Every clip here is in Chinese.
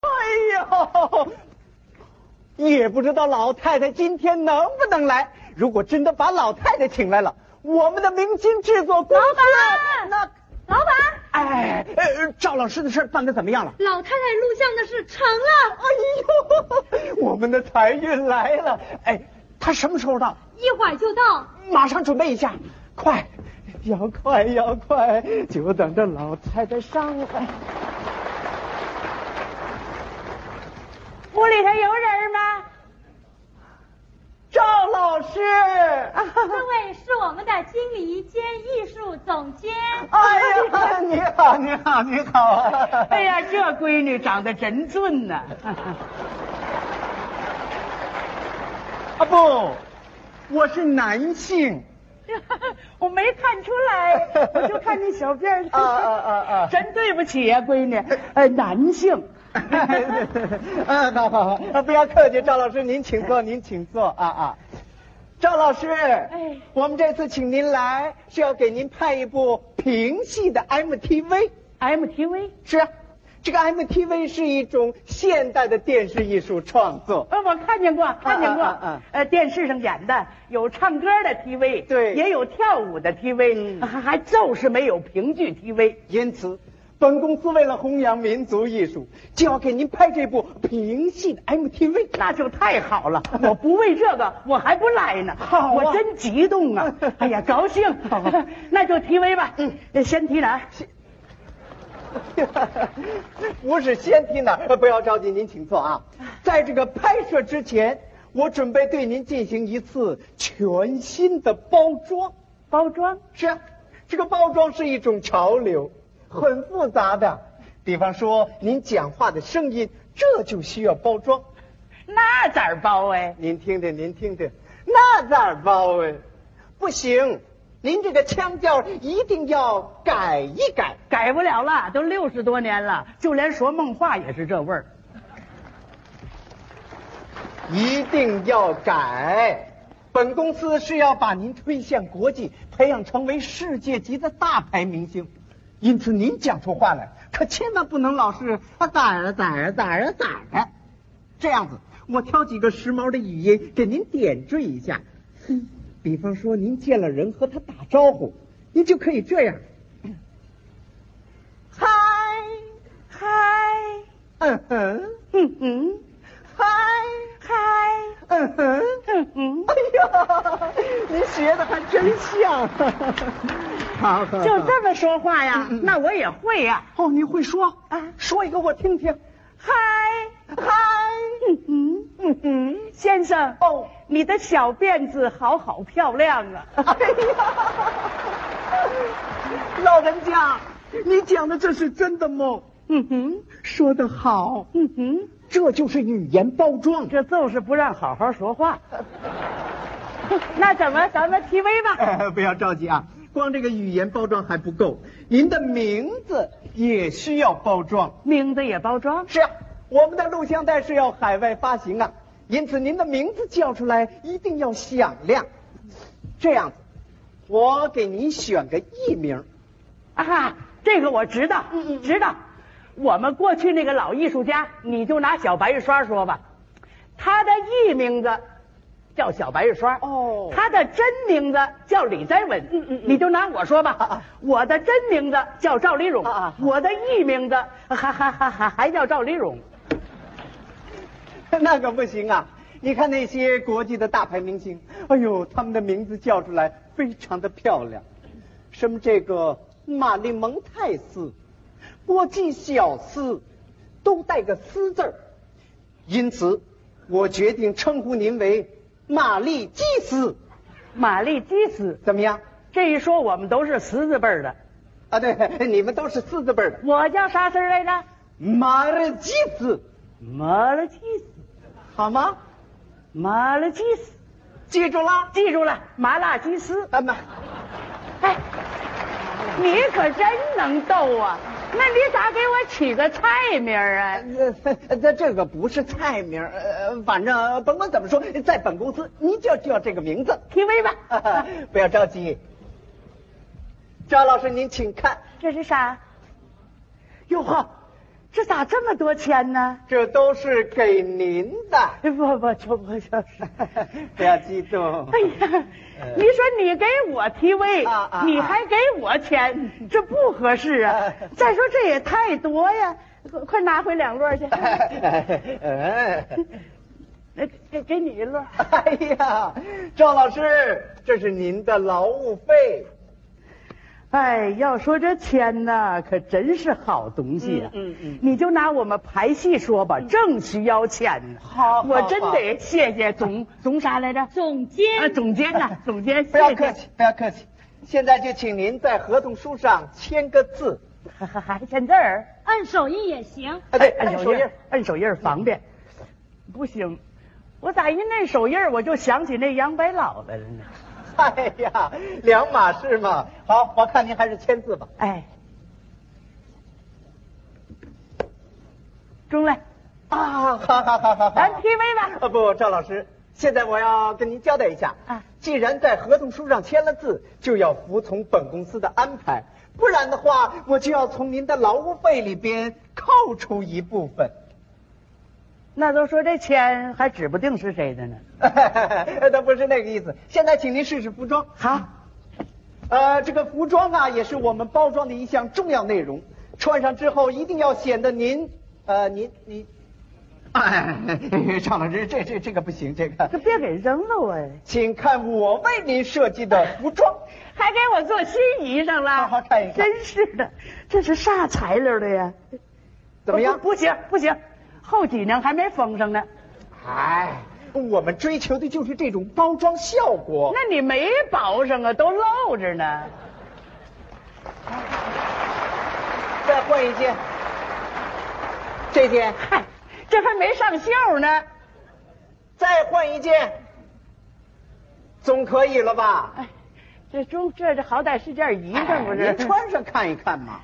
哎呦，也不知道老太太今天能不能来。如果真的把老太太请来了，我们的明星制作公司老板那老板，哎，呃，赵老师的事儿办的怎么样了？ 老太太录像的事成了，哎呦，我们的财运来了！哎，他什么时候到？一会儿就到。马上准备一下，快，要快要快，就等着老太太上来。屋里头有人吗？赵老 师，这位是我们的经理兼艺术总监。哎呀，你好，你好，你好啊！哎呀，这闺女长得真俊 呐、啊不，我是男性。我没看出来，我就看你小辫儿。 啊啊啊啊 真对不起呀、闺女，哎，男性。啊，好好好，啊不要客气，赵老师您请坐，您请坐啊啊。赵老师，哎哎，我们这次请您来是要给您拍一部评戏的 MTV。 MTV，是啊，这个 MTV 是一种现代的电视艺术创作。呃，我看见过，看见过，啊啊啊呃，电视上演的有唱歌的 TV，对嗯也有跳舞的 TV，、还还就是没有评剧 TV。因此，本公司为了弘扬民族艺术，就要给您拍这部评戏的 MTV。那就太 好了！我不为这个，我还不赖呢。好啊我真激 动啊！哎呀，高兴好啊！ 那就提围吧。嗯，先提哪儿？ 不是先听哪儿？呃不要着急，您请坐啊。在这个拍摄之前，我准备对您进行一次全新的包装。包装。是啊，这个包装是一种潮流，很复杂的。比方说，您讲话的声音，这就需要包装。那咋包哎？您听听，您听听，那咋包啊？不行，您这个腔调一定要改一改。改不了了，都六十多年了，就连说梦话也是这味儿。一定要改。本公司是要把您推向国际，培养成为世界级的大牌明星，因此您讲出话来可千万不能老是啊咋儿啊咋儿啊咋儿啊咋儿啊，这样子，我挑几个时髦的语音给您点缀一下。比方说，您见了人和他打招呼，您就可以这样。嗨嗨，嗯哼，嗯嗯，嗨，嗨，嗯哼，嗯嗯，哎呀，您学的还真像。 好，好就好这么说话呀？那我也会呀。哦，你会说啊说一个我听听。嗨嗨，嗯嗯嗯嗯，先生，哦，你的小辫子好好漂亮啊！哎呀，老人嗯家，你讲的这是真的吗？嗯哼，说得好，嗯哼，这就是语言包装。这就是不让好好说话。 那怎么，咱们 TV 吧？哎， 不要着急啊，光这个语言包装还不够，您的名字也需要包装。名字也包装，是啊，我们的录像带是要海外发行啊，因此您的名字叫出来一定要响亮。这样子，我给您选个艺名。啊，这个我知道，知道。我们过去那个老艺术家，你就拿小白玉刷说吧，他的艺名字叫小白玉刷，哦他的真名字叫李在文，嗯嗯，你就拿我说吧，啊啊我的真名字叫赵丽蓉，啊啊我的艺名字还还还还还叫赵丽蓉， 那可不行啊！你看那些国际的大牌明星，哎呦，他们的名字叫出来非常的漂亮，什么这个玛丽蒙泰斯、国际小斯，都带个“斯”字儿。因此，我决定称呼您为玛丽基斯，玛丽基斯。怎么样？这一说，我们都是十字辈儿的。啊，对， 你们都是四字辈儿的我叫啥字儿来着？玛丽基斯，玛丽基斯，好吗？玛丽基斯，记住啦！记住了，麻辣鸡丝。啊妈，哎，你可真能逗啊！那你咋给我起个菜名儿啊？这这呃这个不是菜名儿，呃，反正甭管怎么说，在本公司您就叫这个名字。 TV 哈哈 吧，不要着急，赵老师您请看，这是啥？哟呵，这咋这么多钱呢？这都是给您的， 哎不不，就不就是。不要激动。哎呀， 你说你给我提位呃啊啊，你还给我钱，这不合 适啊！再说这也太多呀，快快拿回 两摞去。呃哎哎 给给你一摞， 哎呀，赵老师，这是您的劳务费。哎，要说这钱呐，可真是好东西啊！嗯嗯嗯你就拿我们排戏说吧，正需要钱呢。好好嗯我真得谢谢总总啥来着？总监，啊，总 监呐，总监，不要谢谢客气，不要客气。现在就请您在合同书上签个字。哎还还还签字儿。按手印也行。啊，对，按按手手印印儿。，按手印儿方便。不行，我咋一摁手印儿我就想起那杨白老来了呢？ 哎呀，两码事嘛。好，我看您还是签字吧。哎，中来，啊，好好好好好。咱 PV 吧。啊不，赵老师，现在我要跟您交代一下啊既然在合同书上签了字，就要服从本公司的安排，不然的话，我就要从您的劳务费里边扣除一部分。那都说这钱还指不定是谁的呢。他不是 那个意思。现在请您试试服装。好，呃，这个服装啊，也是我们包装的一项重要内容。穿上之后，一定要显得您，呃，您您， 哎，赵老师，这这这个不行，这个可别给扔了我，请看我为您设计的服装。还给我做新衣裳了。好好看一看真是的，这是啥材料的呀？怎么样不不行不行，后脊梁还没缝上呢。哎，我们追求的就是这种包装效果。那你没包上啊，都露着呢。再换一件，这件，嗨，这还没上袖呢。再换一件，总可以了吧？哎，这中这这好歹是件衣裳不是哎？您穿上看一看嘛。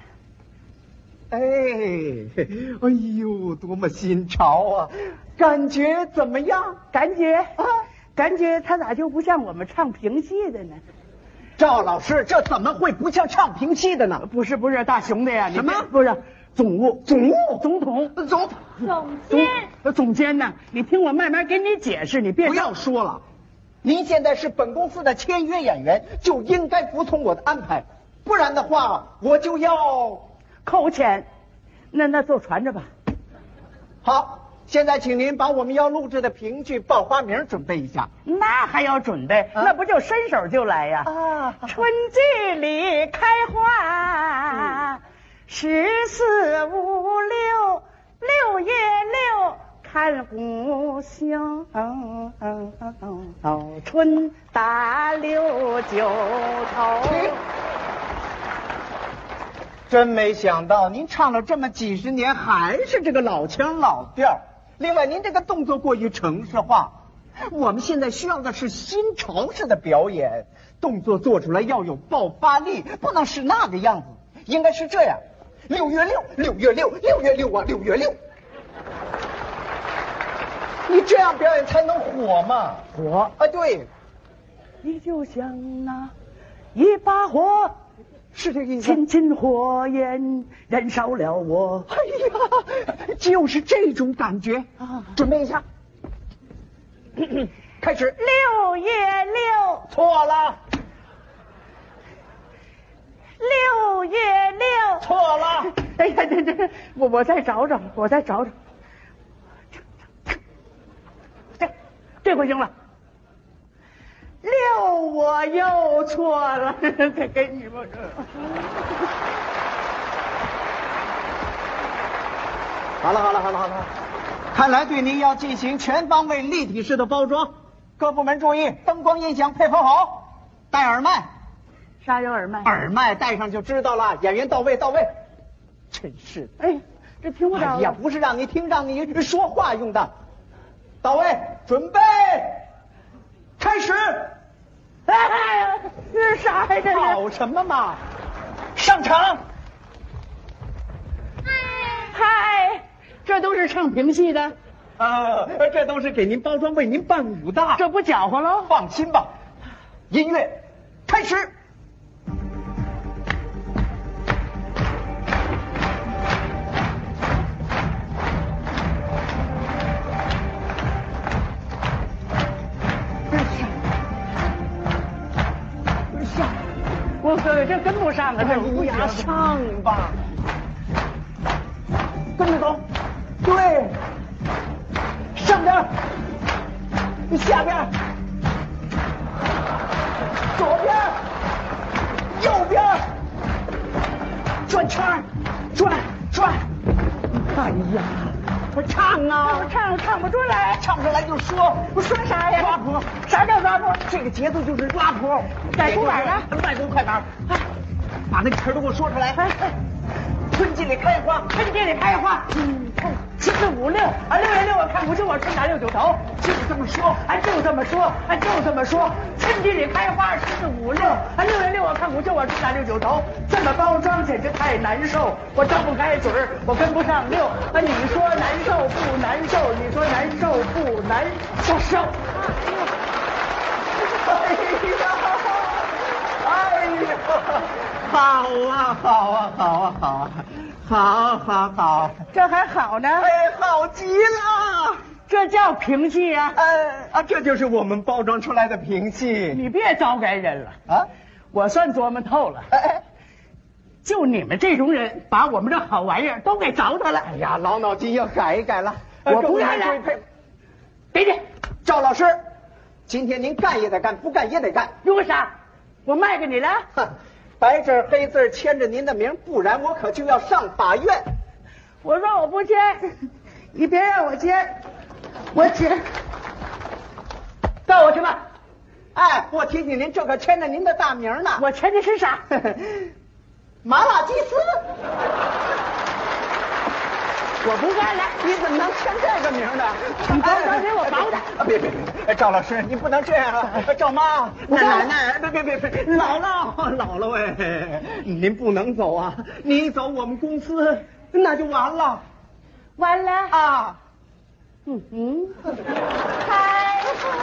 哎，哎呦，多么新潮啊！感觉怎么样？感觉啊感觉他咋就不像我们唱评戏的呢？赵老师，这怎么会不像唱评戏的呢？不是不是，大熊的呀，你什么别不是总务总务总统总，总总监，呃总监呐，你听我慢慢给你解释，你别不要说了。您现在是本公司的签约演员，就应该服从我的安排，不然的话，我就要扣钱。那那就传着吧。好。现在，请您把我们要录制的评剧报花名准备一下。那还要准备，啊那不就伸手就来呀？啊春季里开花，十四五六六月六看嗯红星，嗯春打六九头。真没想到，您唱了这么几十年，还是这个老腔老调儿。另外，您这个动作过于程式化，我们现在需要的是新潮式的表演，动作做出来要有爆发力，不能是那个样子，应该是这样：六月六，六月六，六月六啊，六月六。你这样表演才能火嘛？火，啊，对，你就像那一把火，是这个意思。亲亲火焰燃烧了我。哎呀，就是这种感觉啊准备一下， 开始。六月六。错了，六月六。错了，哎呀，这这，我我再找找，我再找找。这这回行了。六，我又错了，给给你吧。好了，好了，好了，好了。看来对您要进行全方位立体式的包装，各部门注意，灯光音响配合好，戴耳麦，啥有耳麦？耳麦戴上就知道了。演员到位，到位。真是的，哎，这听不着哎呀，了。不是让你听，让你说话用的。到位，准备，开始。哎呀，这是啥呀？这搞是。什么嘛？上场。嗨，这都是唱评戏的，啊，这都是给您包装，为您伴舞的。这不搅和喽？放心吧，音乐开始。对，这跟不上啊，这乌鸦上。上吧，跟着走，对，上边儿，下边儿，左边儿，右边儿，转圈儿，转转，哎呀，我唱啊，唱唱不出来，唱不出来就说，我说啥呀？抓谱，啥叫抓谱？这个节奏就是抓谱，在哪儿呢？外公快板儿，哎把那个词儿都给我说出来。哎哎春季里开花，春天里开花，嗯，七四五六啊，六元六我看不清，我春打六九头，就是这么说。啊哎，就这么说，哎，就这么说，春天里开花，七四五六，啊哎，六元六我看不清，我春打六九头，这么包装简直太难受，我张不开嘴儿，我跟不上六，啊，你说难受不难受？你说难受不难受？受。哎呀，哎呀，好啊，好啊，好啊，好啊，好好好，这还好呢，哎，好极了！这叫平戏呀、呃啊，这就是我们包装出来的平戏你别招该人了，啊！我算琢磨透了。哎哎，就你们这种人，把我们这好玩意儿都给糟蹋了。哎呀，老脑筋要改一改了。我不干了这位给你，赵老师，今天您干也得干，不干也得干。如果啥，我卖给你了。哼，白纸黑字签着您的名，不然我可就要上法院。我说我不 签，你别让我签，我签，告我去吧。哎，我提醒您，这可签着您的大名呢。我签的是啥？ 麻辣鸡丝，我不干了。你怎么能签这个名呢？你等等等我忙着哎别别别，哎赵老师，你不能这样啊！哎赵 妈，我奶奶，别别别别，姥姥姥姥哎，您不能走啊！您一走，我们公司那就完了完了。啊！嗯嗯。开花。